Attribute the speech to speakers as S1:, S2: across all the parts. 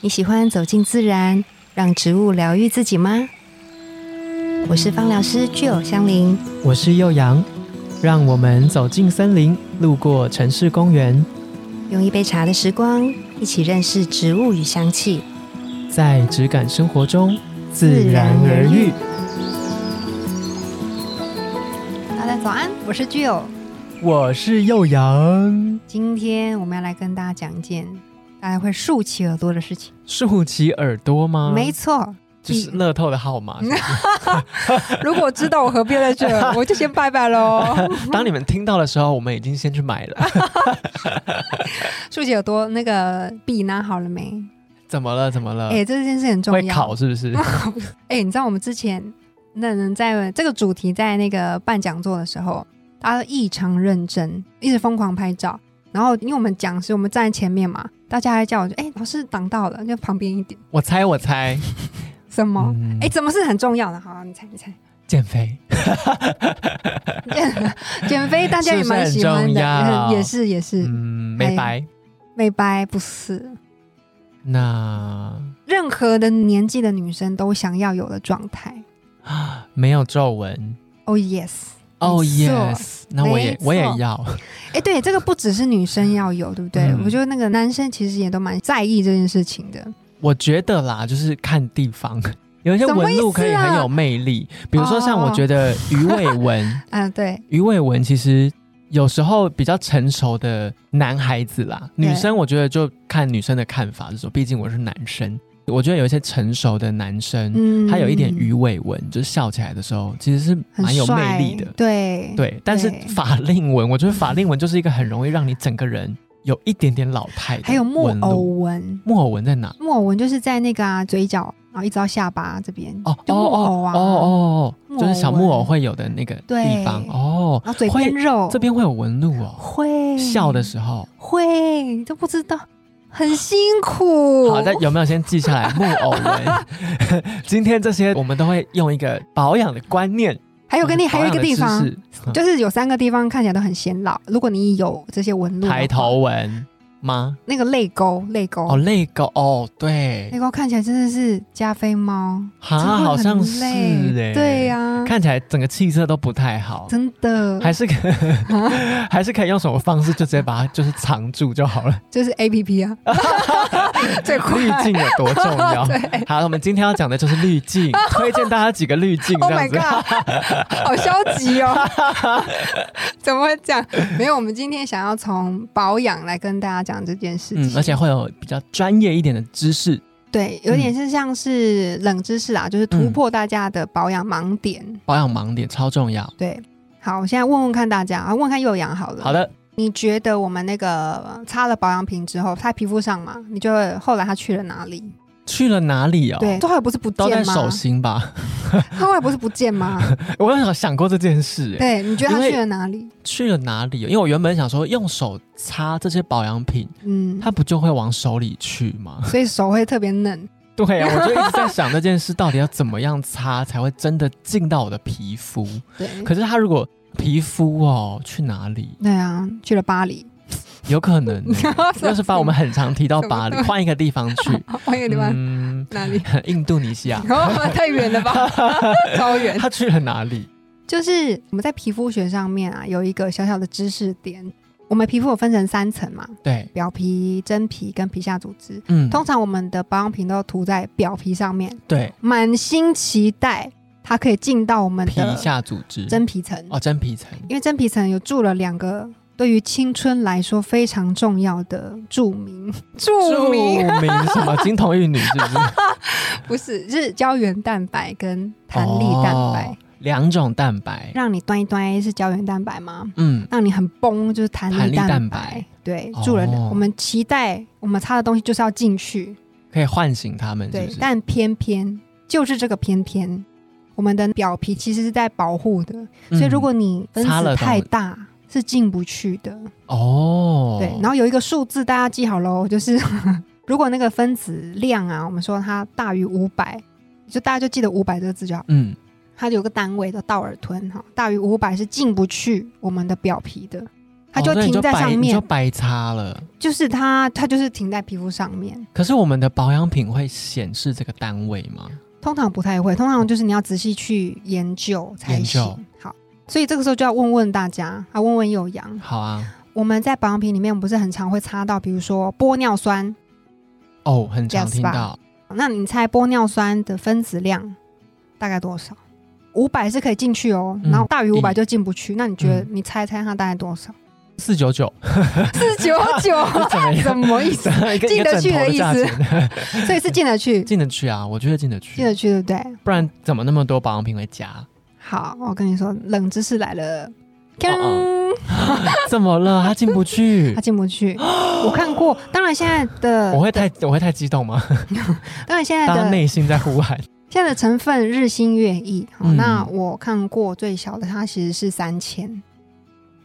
S1: 你喜欢走进自然，让植物疗愈自己吗？我是芳疗师具有香林，
S2: 我是幼阳，让我们走进森林，路过城市公园，
S1: 用一杯茶的时光，一起认识植物与香气。
S2: 在质感生活中自然而愈。
S1: 大家早安，我是具有。
S2: 我是幼阳，
S1: 今天我们要来跟大家讲一件大家会竖起耳朵的事情。
S2: 竖起耳朵吗？
S1: 没，错，
S2: 就是乐透的号码。是不是
S1: 如果知道我何必在这，我就先拜拜喽。
S2: 当你们听到的时候，我们已经先去买了。
S1: 竖起耳朵，那个笔拿好了没？
S2: 怎么了？怎么了？
S1: 哎、这件事很重
S2: 呃会
S1: 要。
S2: 考是 不是？
S1: 哎、你知道我们之前那人在这个主题在那个办讲座的时候，大家都异常认真，一直疯狂拍照。然后因为我们讲师我们站在前面嘛，大家还叫我就哎、老师挡到了，就旁边一点。
S2: 我猜，我猜，
S1: 什么？
S2: 嗯
S1: 哎、怎么是很重要的？好，你猜，你猜。
S2: 减肥。
S1: 减减肥大家也蛮喜
S2: 是
S1: 欢
S2: 不是很重
S1: 的，
S2: 要
S1: 也是也是。哎
S2: 嗯，没白。
S1: 美白不是
S2: 那
S1: 任何的年纪的女生都想要有的状态。
S2: 没有皱纹。
S1: Oh yes。
S2: 哦、
S1: 没
S2: y
S1: 错
S2: e s 那我也
S1: 没错
S2: 我也要。
S1: 哎、对，这个不只是女生要有，对不对？
S2: 嗯
S1: 我觉得那个男生其实也都蛮在意这件事情的。
S2: 我觉得啦，就是看地方， 有一些
S1: 什么
S2: 纹
S1: 意
S2: 路
S1: 思
S2: 可以很
S1: 啊
S2: 有魅力，比如说像
S1: 哦
S2: 我觉得鱼尾纹，
S1: 啊，对，
S2: 鱼尾纹其实有时候比较成熟的男孩子啦，
S1: 对
S2: 女生我觉得就看女生的看法，就是毕竟我是男生，我觉得有一些成熟的男生，
S1: 嗯
S2: 他有一点鱼尾纹，就是笑起来的时候其实是
S1: 很
S2: 蛮有魅力
S1: 帅
S2: 的，
S1: 对，
S2: 对。但是
S1: 对
S2: 法令纹，我觉得法令纹就是一个很容易让你整个人有一点点老态的
S1: 还有木
S2: 纹路
S1: 偶纹，
S2: 木偶纹在哪？
S1: 木偶纹就是在那个啊嘴角，然后一直到下巴这边，
S2: 哦
S1: 就木偶啊，
S2: 哦哦哦，
S1: 木
S2: 就是
S1: 偶
S2: 小木偶
S1: 纹
S2: 会有的那个
S1: 对
S2: 地方哦，
S1: 然后嘴边肉，
S2: 这边会有纹路哦。
S1: 会
S2: 笑的时候，
S1: 会，你都不知道，很辛苦。
S2: 好，那有没有先记 下来木偶纹？ 今天这些我们都会用一个保养的观念，
S1: 还哎有跟你还有一个地
S2: 保
S1: 方，
S2: 养的知识嗯
S1: 就是有三个地方看起来都很显老。如果你有这些纹路的话，
S2: 嗯抬头纹吗？
S1: 那个泪沟，泪沟，
S2: 哦，泪沟哦，对
S1: 泪，沟看起来真的是加菲猫，
S2: 哈，
S1: 哎真的会
S2: 啊好
S1: 很
S2: 像是
S1: 累
S2: 哎，
S1: 对呀、
S2: 看起来整个气色都不太好，
S1: 真的，
S2: 还是可 还是可以用什么方式就直接把它就是藏住就好了。
S1: 就是 A P P 啊，最快。
S2: 滤镜有多重要
S1: 对？
S2: 好，我们今天要讲的就是滤 镜，推荐大家几个滤镜
S1: Oh
S2: 这
S1: my
S2: 样子。
S1: god，好消极 哦！怎么会这样？没有，我们今天想要从保养来跟大家讲这件事情，
S2: 嗯，而且会有比较专业一点的知识，
S1: 对，有点是像是冷知识啦，就是突
S2: 嗯
S1: 破大家的保养盲点。
S2: 保养盲点超重要。
S1: 对，好，我现在问问看大家啊，问看幼阳好了。
S2: 好，的，
S1: 你觉得我们那个呃擦了保养品之后，擦在皮肤上嘛，你就会后来它去了哪里？
S2: 去了哪里哦？
S1: 对，，它后来不是不
S2: 都在
S1: 见吗
S2: 手？心吧。
S1: 它后来不是不见 吗？
S2: 我有想过这件事，哎
S1: 对，你觉得它
S2: 因为
S1: 去了哪里？
S2: 去了哪里哦？因为我原本想说，用手擦这些保养品，
S1: 嗯，
S2: 它不就会往手里去吗？
S1: 所以手会特别嫩。
S2: 对啊，我就一直在想这件事到底要怎么样擦才会真的进到我的皮肤。
S1: 对，
S2: 可是它如果皮肤哦去哪里？
S1: 对啊，去了巴黎，
S2: 有可能 欸、 要是把我们很常提到巴黎
S1: 什，么
S2: 换一个地方 去，
S1: 换一个地方、
S2: 嗯，
S1: 哪里？
S2: 印度尼西亚，
S1: 哦，太远 了吧，超远。
S2: 他去了哪里？
S1: 就是我们在皮肤学上面啊，有一个小小的知识点。我们皮肤有分成三层嘛，
S2: 对，
S1: 表皮、真皮跟皮下组织。
S2: 嗯，
S1: 通常我们的保养品都涂在表皮上面，
S2: 对
S1: 满心期待它可以进到我们
S2: 皮
S1: 的
S2: 下组织，
S1: 真皮层，
S2: 哦，真皮层，
S1: 因为真皮层有注了两个对于青春来说非常重要的注 明，注明
S2: 著名什么金童玉女是不是？
S1: 不是是胶原蛋白跟 弹力蛋白，
S2: 哦两种蛋白，
S1: 让你端一端是胶原蛋白吗？
S2: 嗯，
S1: 让你很崩，就是弹
S2: 弹
S1: 力
S2: 力
S1: 蛋白。
S2: 蛋白
S1: 对
S2: 哦，
S1: 住了、我们期待我们擦的东西就是要进去，
S2: 可以唤醒他们，是
S1: 对。
S2: 不是？
S1: 但偏偏就是这个偏偏，我们的表皮其实是在保护的，所以
S2: 嗯
S1: 如果你分
S2: 擦
S1: 子
S2: 了
S1: 太大。是进不去的，
S2: 哦，
S1: 对。然后有一个数字大家记好喽，就是 如果那个分子量啊，我们说它大于五百，就大家就记得五百这个字就好。
S2: 嗯，
S1: 它有个单位叫道尔吞哈，大于五百是进不去我们的表皮的。它就
S2: 哦那你
S1: 停在
S2: 白
S1: 上
S2: 你
S1: 面，
S2: 就白擦了。
S1: 就是它它就是停在皮肤上面。
S2: 可是我们的保养品会显示这个单位吗？
S1: 通常不太会，通常就是你要仔细去研究才
S2: 研究
S1: 行。好，所以这个时候就要问问大家，啊，问问有阳，
S2: 好啊，
S1: 我们在保养品里面不是很常会擦到，比如说玻尿酸。
S2: 哦，很常
S1: Yes
S2: 听
S1: 吧
S2: 到
S1: 那你猜玻尿酸的分子量大概多少？五百是可以进去哦，
S2: 嗯
S1: 然后大于五百
S2: 一
S1: 就进不去。那你觉得
S2: 嗯
S1: 你猜猜它大概多少？
S2: 四 九九，
S1: 四九九
S2: 怎么
S1: 什
S2: 样？
S1: 么意思？
S2: 一个
S1: 进得去的
S2: 一个枕头的价钱，
S1: 所以是进得去，
S2: 进得去啊，我觉得进得去
S1: 进，得去，对不对？
S2: 不然怎么那么多保养品会加？
S1: 好，我跟你说，冷知识来了，锵
S2: 哦怎么了？它进不 去
S1: 它，进不 去。我看过，当然现在的
S2: 我会太我会太激动吗？
S1: 当然现在
S2: 当
S1: 的
S2: 内心在 呼喊，
S1: 现在的成分日新月异。好
S2: 嗯
S1: 那我看过最小的，它其实是三千，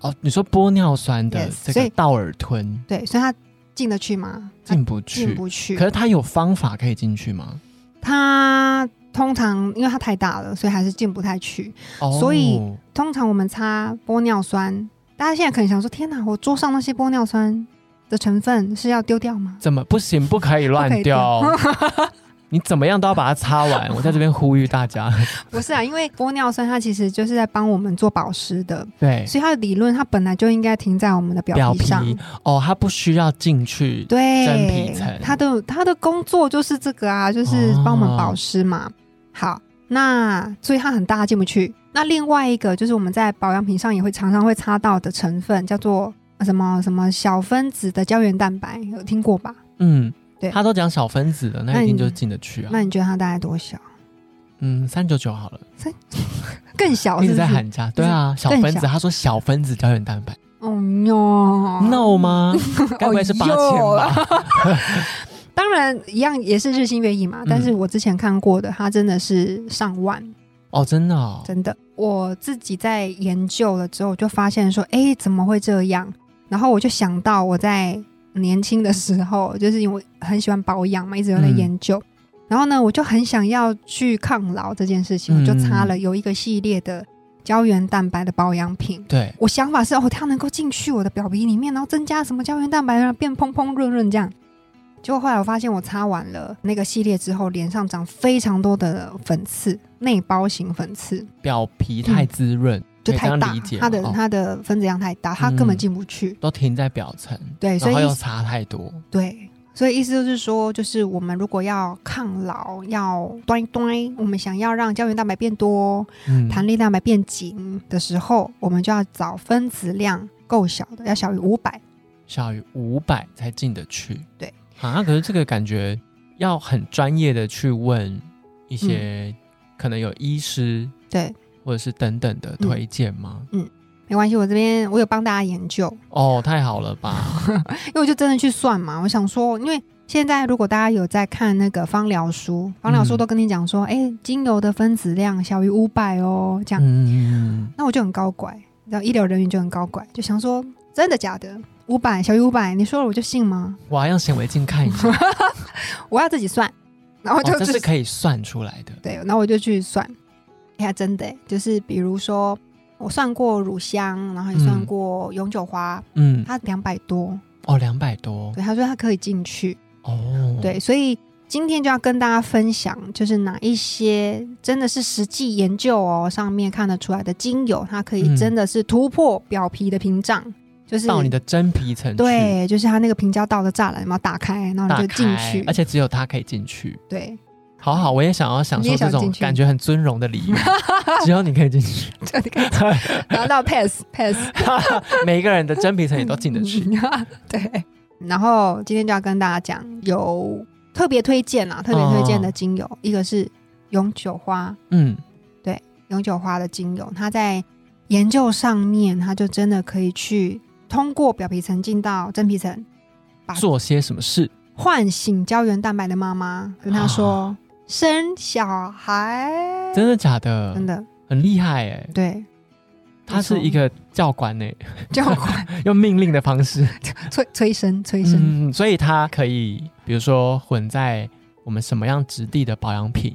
S2: 哦，你说玻尿酸的
S1: Yes，
S2: 这
S1: 所以
S2: 个道尔吞
S1: 对，所以它进得去吗？它
S2: 进不
S1: 进
S2: 去，
S1: 不去。
S2: 可是它有方法可以进去吗？
S1: 它通常因为它太大了，所以还是进不太去。
S2: 哦，
S1: 所以通常我们擦玻尿酸，大家现在可能想说：天哪，我桌上那些玻尿酸的成分是要丢掉 吗？
S2: 怎么不行？不可以
S1: 不可
S2: 乱
S1: 以掉
S2: 掉。 你怎么样都要把它擦完。我在这边呼吁大家，
S1: 不是啊，因为玻尿酸它其实就是在帮我们做保湿的，
S2: 对
S1: 所以它的理论它本来就应该停在我们的表
S2: 表
S1: 皮上。
S2: 皮哦，它不需要进去。
S1: 对，
S2: 真皮层
S1: 它的它的工作就是这个啊，就是帮我们保湿嘛。
S2: 哦
S1: 好，那所以它很大进不去。那另外一个就是我们在保养品上也会常常会擦到的成分，叫做呃什么什么小分子的胶原蛋白，有听过吧？
S2: 嗯，
S1: 对
S2: 他都讲小分子的，
S1: 那
S2: 那
S1: 你
S2: 一定就进得去啊。
S1: 那你觉得它大概多小？
S2: 嗯，三九九好了，
S1: 更小哦
S2: 一
S1: 是
S2: 直
S1: 不
S2: 在
S1: 是？
S2: 喊价。对啊，小分
S1: 更
S2: 子，
S1: 小
S2: 他说小分子胶原蛋白
S1: 哦哟
S2: ，no 吗？该不会是八千
S1: 哟
S2: 吧？
S1: 当然一样也是日新月异嘛，但
S2: 嗯
S1: 是我之前看过的，它真的是上万。
S2: 哦，真的哦，
S1: 真的，我自己在研究了之后，我就发现说，哎、怎么会这样？然后我就想到我在年轻的时候，就是因为很喜欢保养嘛，一直有在
S2: 嗯
S1: 研究。然后呢，我就很想要去抗老这件事
S2: 嗯
S1: 情，我就擦了有一个系列的胶原蛋白的保养品。
S2: 对，
S1: 我想法是，哦，它能够进去我的表皮里面，然后增加什么胶原蛋白，让它变蓬蓬润润这样。结果后来我发现，我擦完了那个系列之后，脸上长非常多的粉刺，内包型粉刺。
S2: 表皮太滋润，
S1: 就
S2: 可以
S1: 太
S2: 这样
S1: 大
S2: 理解，吗
S1: 它的
S2: 哦
S1: 它的分子量太大，它根本
S2: 嗯
S1: 进不去。
S2: 都停在表层，
S1: 对，所
S2: 然后
S1: 以意
S2: 又
S1: 思
S2: 擦太多，
S1: 对，所以意思就是说，就是我们如果要抗老，要端一端，我们想要让胶原蛋白变多，
S2: 嗯，
S1: 弹力蛋白变紧的时候，我们就要找分子量够小的，要小于五百。
S2: 小于五百才进得去。
S1: 对
S2: 啊，可是这个感觉要很专业的去问一
S1: 嗯
S2: 些、可能有医师
S1: 对，
S2: 或者是等等
S1: 嗯
S2: 的推荐吗？
S1: 没关系，我这边我有帮大家研究，
S2: 哦，太好了吧！
S1: 因为我就真的去算嘛，我想说，因为现在如果大家有在看那个芳疗书，芳疗书
S2: 嗯
S1: 都跟你讲说，哎、精油的分子量小于五百哦，这样。
S2: 嗯，
S1: 那我就很高拐，你知道医疗人员就很高拐，就想说真的假的？五百小于五百，你说了我就信吗？
S2: 我要用显微镜看一下，
S1: 我要自己算，然后就、
S2: 哦、这
S1: 就是
S2: 可以算出来的。
S1: 对，然后我就去算，哎呀，真的欸就是比如说我算过乳香，然后也算
S2: 嗯
S1: 过永久花，
S2: 嗯，
S1: 它两百多，
S2: 哦，两百多，
S1: 对，他说它可以进去，
S2: 哦，
S1: 对，所以。今天就要跟大家分享，就是哪一些真的是实际研究哦，上面看得出来的精油，它可以
S2: 嗯
S1: 真的是突破表皮的屏障，就是
S2: 到你的真皮层去，
S1: 对，就是它那个平胶道的栅栏嘛，打开，然后
S2: 打
S1: 你
S2: 开，
S1: 就进去
S2: 而。且只有它可以进去。
S1: 对，
S2: 好好，我也想要享
S1: 你也
S2: 受
S1: 想
S2: 这
S1: 进
S2: 种
S1: 去
S2: 感觉很尊荣 的礼遇，只有你可以进去。
S1: 就你看拿到 pass pass 嗯
S2: 每一个人的真皮层哎也都进得去。。
S1: 对，然后今天就要跟大家讲，有特别推荐啊，特别推荐的精
S2: 哦
S1: 油，一个是永久花，
S2: 嗯，
S1: 永久花的精油，它在研究上面，它就真的可以去通过表皮层进到真皮层，把
S2: 做些什么事？
S1: 唤醒胶原蛋白的妈妈，跟她
S2: 哦
S1: 说生小孩，
S2: 真的假的？
S1: 真的
S2: 很厉害哎！
S1: 对。
S2: 他是一个教官哎，
S1: 教 官
S2: 用命令的 方式。
S1: 催催生催生，
S2: 嗯，所以他可以，比如说混在我们什么样质地的保养品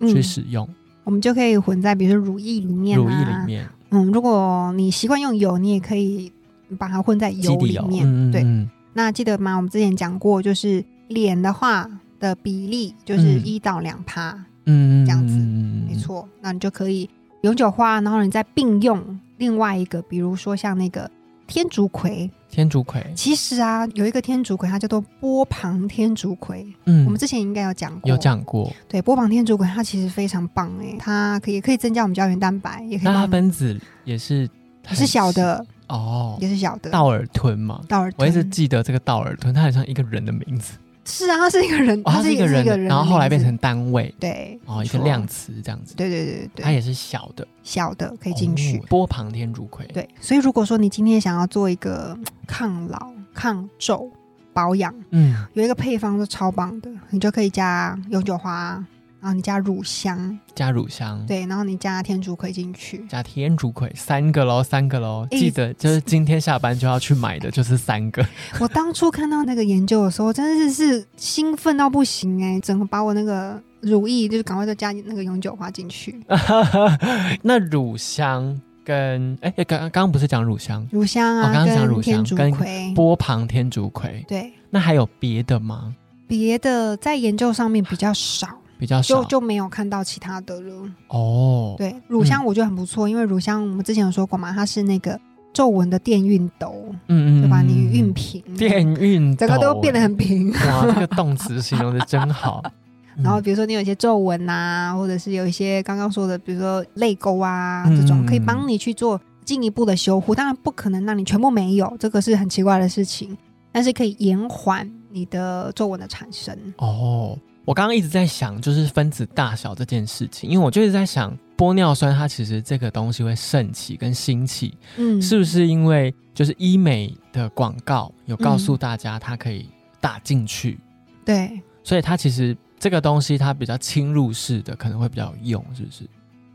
S1: 嗯
S2: 去使用，
S1: 我们就可以混在比如说乳液里面、啊，
S2: 乳液里。面。
S1: 嗯，如果你习惯用油，你也可以把它混在
S2: 基
S1: 油
S2: 底
S1: 里
S2: 油，
S1: 面。
S2: 嗯嗯
S1: 对，
S2: 嗯
S1: 那记得吗？我们之前讲过，就是脸的话的比例就是
S2: 嗯
S1: 一到两趴，
S2: 嗯，嗯
S1: 这样子
S2: 嗯嗯嗯
S1: 没错。那你就可以永久花，然后你再并用另外一个，比如说像那个天竺葵。
S2: 天竺葵，
S1: 其实啊，有一个天竺葵，它叫做波旁天竺葵，
S2: 嗯，
S1: 我们之前应该有讲过。
S2: 有讲过，
S1: 对波旁天竺葵，它其实非常棒哎、它可以也可以增加我们胶原蛋白，也可以
S2: 那
S1: 帮
S2: 它
S1: 我们
S2: 分子也是
S1: 也是小的，
S2: 哦，
S1: 也是小的。
S2: 道尔吞嘛，
S1: 道尔
S2: 我一直
S1: 顿
S2: 记得这个道尔吞，它很像一个人的名字，
S1: 是啊，它是一个人，
S2: 哦，它
S1: 是
S2: 是一
S1: 一个
S2: 个人
S1: 是一
S2: 的，
S1: 个人的名字，
S2: 然后后来变成单位，
S1: 对
S2: 哦，
S1: 没
S2: 一个
S1: 错
S2: 量词这样子，
S1: 对对对对
S2: 它
S1: 对，
S2: 也是小的，
S1: 小的可以进去
S2: 哦。波旁天竺葵，
S1: 对，所以如果说你今天想要做一个嗯抗老、抗皱保养，
S2: 嗯，
S1: 有一个配方是超棒的，你就可以加永久花，然后你加乳香，
S2: 加乳香，
S1: 对，然后你加天竺葵进去。
S2: 加天竺葵，三个喽，三个喽，
S1: 诶
S2: 记得就是今天下班就要去买的，就是三个，
S1: 我当初看到那个研究的时候，真的是兴奋到不行哎、整个把我那个乳液就是赶快再加那个永久花进去，
S2: 呃 那乳香跟哎，刚刚刚不是讲乳香，
S1: 乳香
S2: 哦刚
S1: 啊，
S2: 刚讲乳
S1: 跟天
S2: 香
S1: 竺
S2: 跟
S1: 葵，
S2: 波旁天竺葵，
S1: 对，
S2: 那还有别的吗？
S1: 别的在研究上面比较少，
S2: 比较
S1: 就
S2: 啊少
S1: 就没有看到其他的了。
S2: 哦，嗯
S1: 对，乳香我觉得很不错，因为乳香我们之前有说过嘛，它是那个皱纹的电熨斗，
S2: 嗯嗯，
S1: 对吧？
S2: 嗯
S1: 你
S2: 嗯
S1: 熨平，
S2: 电熨
S1: 整个都变得
S2: 很。
S1: 很平。
S2: 哇，这个动词形容的真好。
S1: 然后
S2: 嗯
S1: 比如说你有一些皱纹啊，或者是有一些刚刚说的，比如说泪沟啊
S2: 嗯
S1: 这种，可以帮你去做进一步的修护。当然不可能让你全部没有，这个是很奇怪的事情，但是可以延缓你的皱纹的产生。
S2: 哦，我刚刚一直在想，就是分子大小这件事情，因为我就一直在想，玻尿酸它其实这个东西会盛起跟兴起，
S1: 嗯，
S2: 是不是因为就是医美的广告有告诉
S1: 嗯
S2: 大家它可以打进去，
S1: 对，
S2: 所以它其实这个东西它比较侵入式的可能会比较有用，是不是？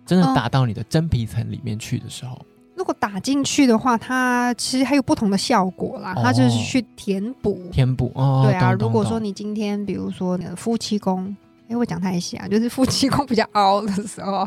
S2: 真的
S1: 嗯
S2: 打到你的真皮层里面去的时候，
S1: 如果打进去的话，它其实还有不同的效果啦，
S2: 哦
S1: 它就是去填补。
S2: 填补哦，
S1: 对啊，
S2: 懂
S1: 如果说，
S2: 懂懂
S1: 你今天比如说你的夫妻宫，哎，我讲太细啊，就是夫妻宫比较凹的时候，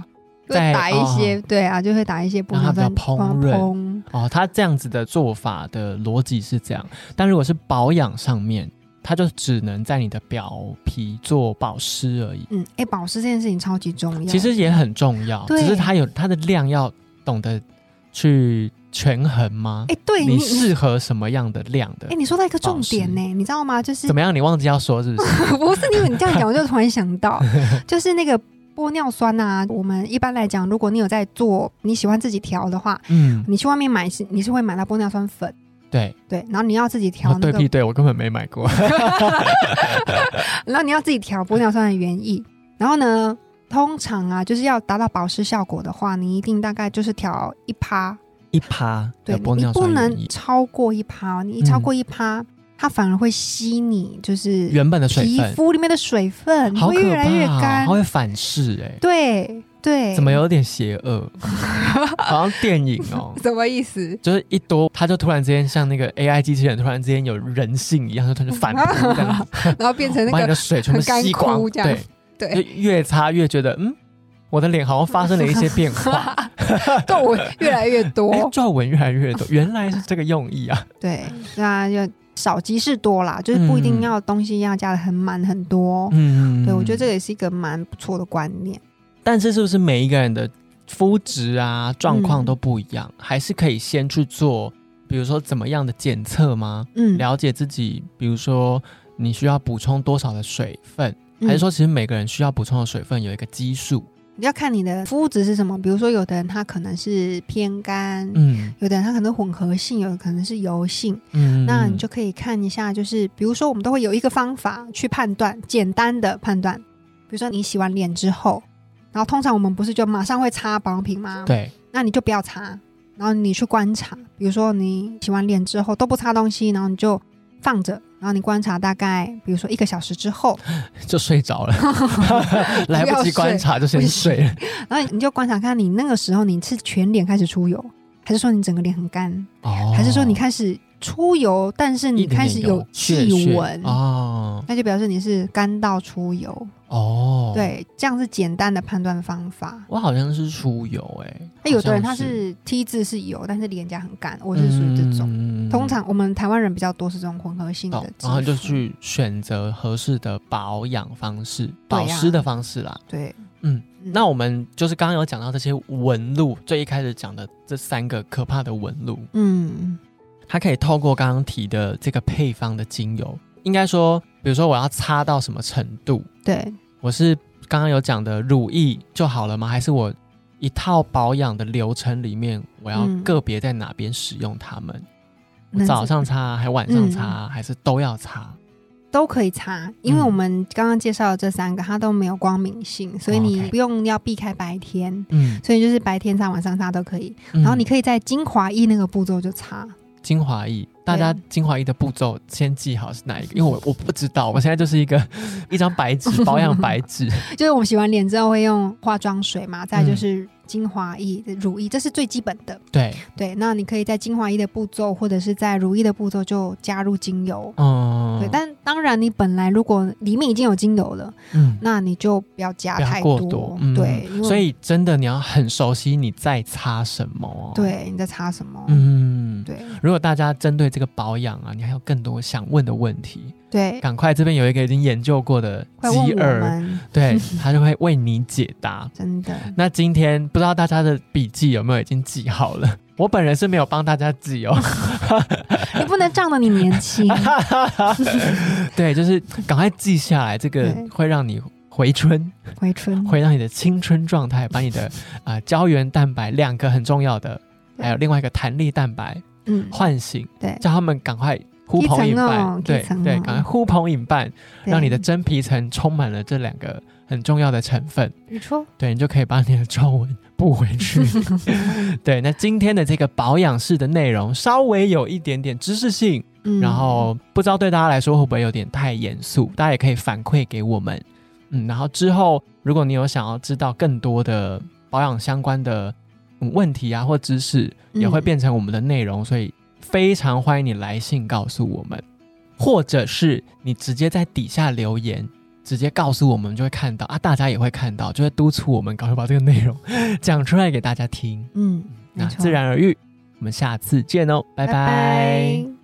S1: 就会
S2: 在哦
S1: 打一些，对啊，就会打一些不
S2: 让它
S1: 能
S2: 比较
S1: 分
S2: 蓬润哦，他这样子的做法的逻辑是这样，但如果是保养上面，它就只能在你的表皮做保湿而已，
S1: 嗯，哎、保湿这件事情超级重要。
S2: 其实也很重要，
S1: 对
S2: 只是它有它的量要懂得去权衡吗？
S1: 哎、对你
S2: 你
S1: 你
S2: 适合什么样的量的
S1: 哎、？你说到一个重点呢、
S2: 保
S1: 你知道吗？就是
S2: 怎么样？你忘记要说是 不是？
S1: 不是因为你这样讲，我就突然想 到，就是那个玻尿酸啊，我们一般来讲，如果你有在做，你喜欢自己调的话，
S2: 嗯，
S1: 你去外面买是你是会买到玻尿酸粉，
S2: 对，
S1: 对，然后你要自己调
S2: 哦
S1: 那
S2: 对
S1: 个，
S2: 屁对，我根本没买过。
S1: 然后你要自己调玻尿酸的原液，然后呢，通常啊，就是要达到保湿效果的话，你一定大概就是调一趴，
S2: 一趴
S1: 对
S2: 的玻
S1: 你
S2: 尿
S1: 不
S2: 酸原
S1: 能
S2: 液嗯
S1: 超过一趴哦，你一超过一趴，它反而会吸你就是
S2: 原本的水
S1: 皮
S2: 分，
S1: 肤里面的水分，你
S2: 好
S1: 会
S2: 可
S1: 越
S2: 怕
S1: 来越
S2: 哦，
S1: 干
S2: 它。会反噬哎。
S1: 对对，
S2: 怎么有点邪 恶？好像电影哦，
S1: 什么意 思？
S2: 就是一多，它就突然之间像那个 AI 机器人突然之间有人性一样，就突然就反扑这样子，
S1: 然后变成
S2: 把
S1: 那
S2: 你的
S1: 个
S2: 水全部吸
S1: 很干
S2: 光
S1: 枯，这样
S2: 对，就
S1: 对
S2: 越擦越觉得嗯，我的脸好像发生了一些变化，
S1: 皱纹越来越
S2: 哎，
S1: 多。
S2: 皱纹越来越多，原来是这个用意啊，
S1: 对，那就少即是多啦，就是不一定要东西要加的很满很多。
S2: 嗯，
S1: 对，我觉得这个也是一个蛮不错的观念。
S2: 但是是不是每一个人的肤质啊状
S1: 嗯
S2: 况都不一样，还是可以先去做，比如说怎么样的检测吗？
S1: 嗯，
S2: 了解自己，比如说你需要补充多少的水分，
S1: 嗯
S2: 还是说其实每个人需要补充的水分有一个基数？
S1: 要看你的肤质是什么。比如说，有的人他可能是偏干，
S2: 嗯
S1: 有的人他可能混合性，有的可能是油性。
S2: 嗯
S1: 那你就可以看一下，就是比如说，我们都会有一个方法去判断，简单的判断。比如说，你洗完脸之后，然后通常我们不是就马上会擦保养品吗？，
S2: 对，
S1: 那你就不要擦，然后你去观察。比如说，你洗完脸之后都不擦东西，然后你就放着，然后你观察大概，比如说一个小时之后，
S2: 就睡 着了，来不及观察就先睡了。
S1: 然后你就观察看你那个时候你是全脸开始出油，还是说你整个脸很干，
S2: 哦
S1: 还是说你开始出油，但是
S2: 一
S1: 你
S2: 点点
S1: 开始有
S2: 血
S1: 细
S2: 血
S1: 纹，
S2: 哦，
S1: 那就表示你是干到出油。
S2: 哦，，
S1: 对，这样是简单的判断方法。
S2: 我好像是出油哎、欸，
S1: 那有的人
S2: 好
S1: 他
S2: 像
S1: 是 T 字是有，但是脸颊很干，我是属于这种。
S2: 嗯
S1: 通常我们台湾人比较多是这种混合性的
S2: 懂，
S1: 肌
S2: 哦然后就
S1: 肤
S2: 去选择合适的保养方式、
S1: 对
S2: 保
S1: 啊
S2: 湿的方式啦。
S1: 对，
S2: 嗯，那我们就是刚刚有讲到这些纹路，最一开始讲的这三个可怕的纹路，
S1: 嗯
S2: 它可以透过刚刚提的这个配方的精油，应该说，比如说我要擦到什么程度，
S1: 对，
S2: 我是刚刚有讲的乳液就好了吗？还是我一套保养的流程里面，我要
S1: 嗯
S2: 个别在哪边使用它们？我
S1: 能嗯
S2: 早
S1: 是
S2: 上擦，还晚上擦，还是都要擦？
S1: 都可以擦，因为
S2: 嗯
S1: 我们刚刚介绍的这三个它都没有光敏性，所以你
S2: 哦 OK
S1: 不用要避开白天。
S2: 嗯，
S1: 所以就是白天擦、晚上擦都可以，
S2: 嗯
S1: 然后你可以在精华液那个步骤就擦，
S2: 精华液，大家精华液的步骤先记好是哪一个，因为我我不知道，我现在就是 一个一张白纸，保养白纸。
S1: 就是我们洗完脸之后会用化妆水
S2: 嗯
S1: 嘛，再来就是精华液、乳液，这是最基本的。
S2: 对，
S1: 对，那你可以在精华液的步骤，或者是在乳液的步骤就加入精油。
S2: 嗯，
S1: 对，但当然，你本来如果里面已经有精油了，
S2: 嗯。
S1: 那你就不要加
S2: 不要
S1: 太
S2: 过嗯，
S1: 对，因为
S2: 所以真的你要很熟悉你在擦什么、哦，，
S1: 对你在擦什么？
S2: 嗯，
S1: 对
S2: 如果大家针对这个保养啊，你还有更多想问的问题，
S1: 对，
S2: 赶快这边有一个已经研究过的
S1: 快问
S2: 吉
S1: 我
S2: 尔，
S1: 们，
S2: 对他就会为你解答。
S1: 真的
S2: 那今天不知道大家的笔记有没有已经记好了？我本人是没有帮大家记哦。
S1: 你哎不能仗着你年 轻，
S2: 对，就是赶快记下来，这个
S1: 对
S2: 会让你回春，
S1: 回春
S2: 会让你的青春状态，把你的啊、呃胶原蛋白两个很重要的，
S1: 对
S2: 还有另外一个弹力蛋白
S1: 嗯，
S2: 唤醒，
S1: 对
S2: 叫他们赶快呼朋引
S1: 基
S2: 伴，
S1: 层哦
S2: 对
S1: 基层哦
S2: 对，赶快呼朋引伴，
S1: 对
S2: 让你的真皮层充满了这两个很重要的成分，
S1: 没错，
S2: 对你就可以把你的皱纹补回 去。对，那今天的这个保养式的内容稍微有一点点知识性，
S1: 嗯
S2: 然后不知道对大家来说会不会有点太严肃，大家也可以反馈给我们。嗯，然后之后如果你有想要知道更多的保养相关的嗯问题啊或知识，也会
S1: 嗯
S2: 变成我们的内容，所以非常欢迎你来信告诉我们，或者是你直接在底下留言。直接告诉我们就会看到啊，大家也会看到，就会督促我们赶快把这个内容 讲出来给大家听。
S1: 嗯，
S2: 那
S1: 没错
S2: 自然而愈，我们下次见哦，拜拜
S1: 拜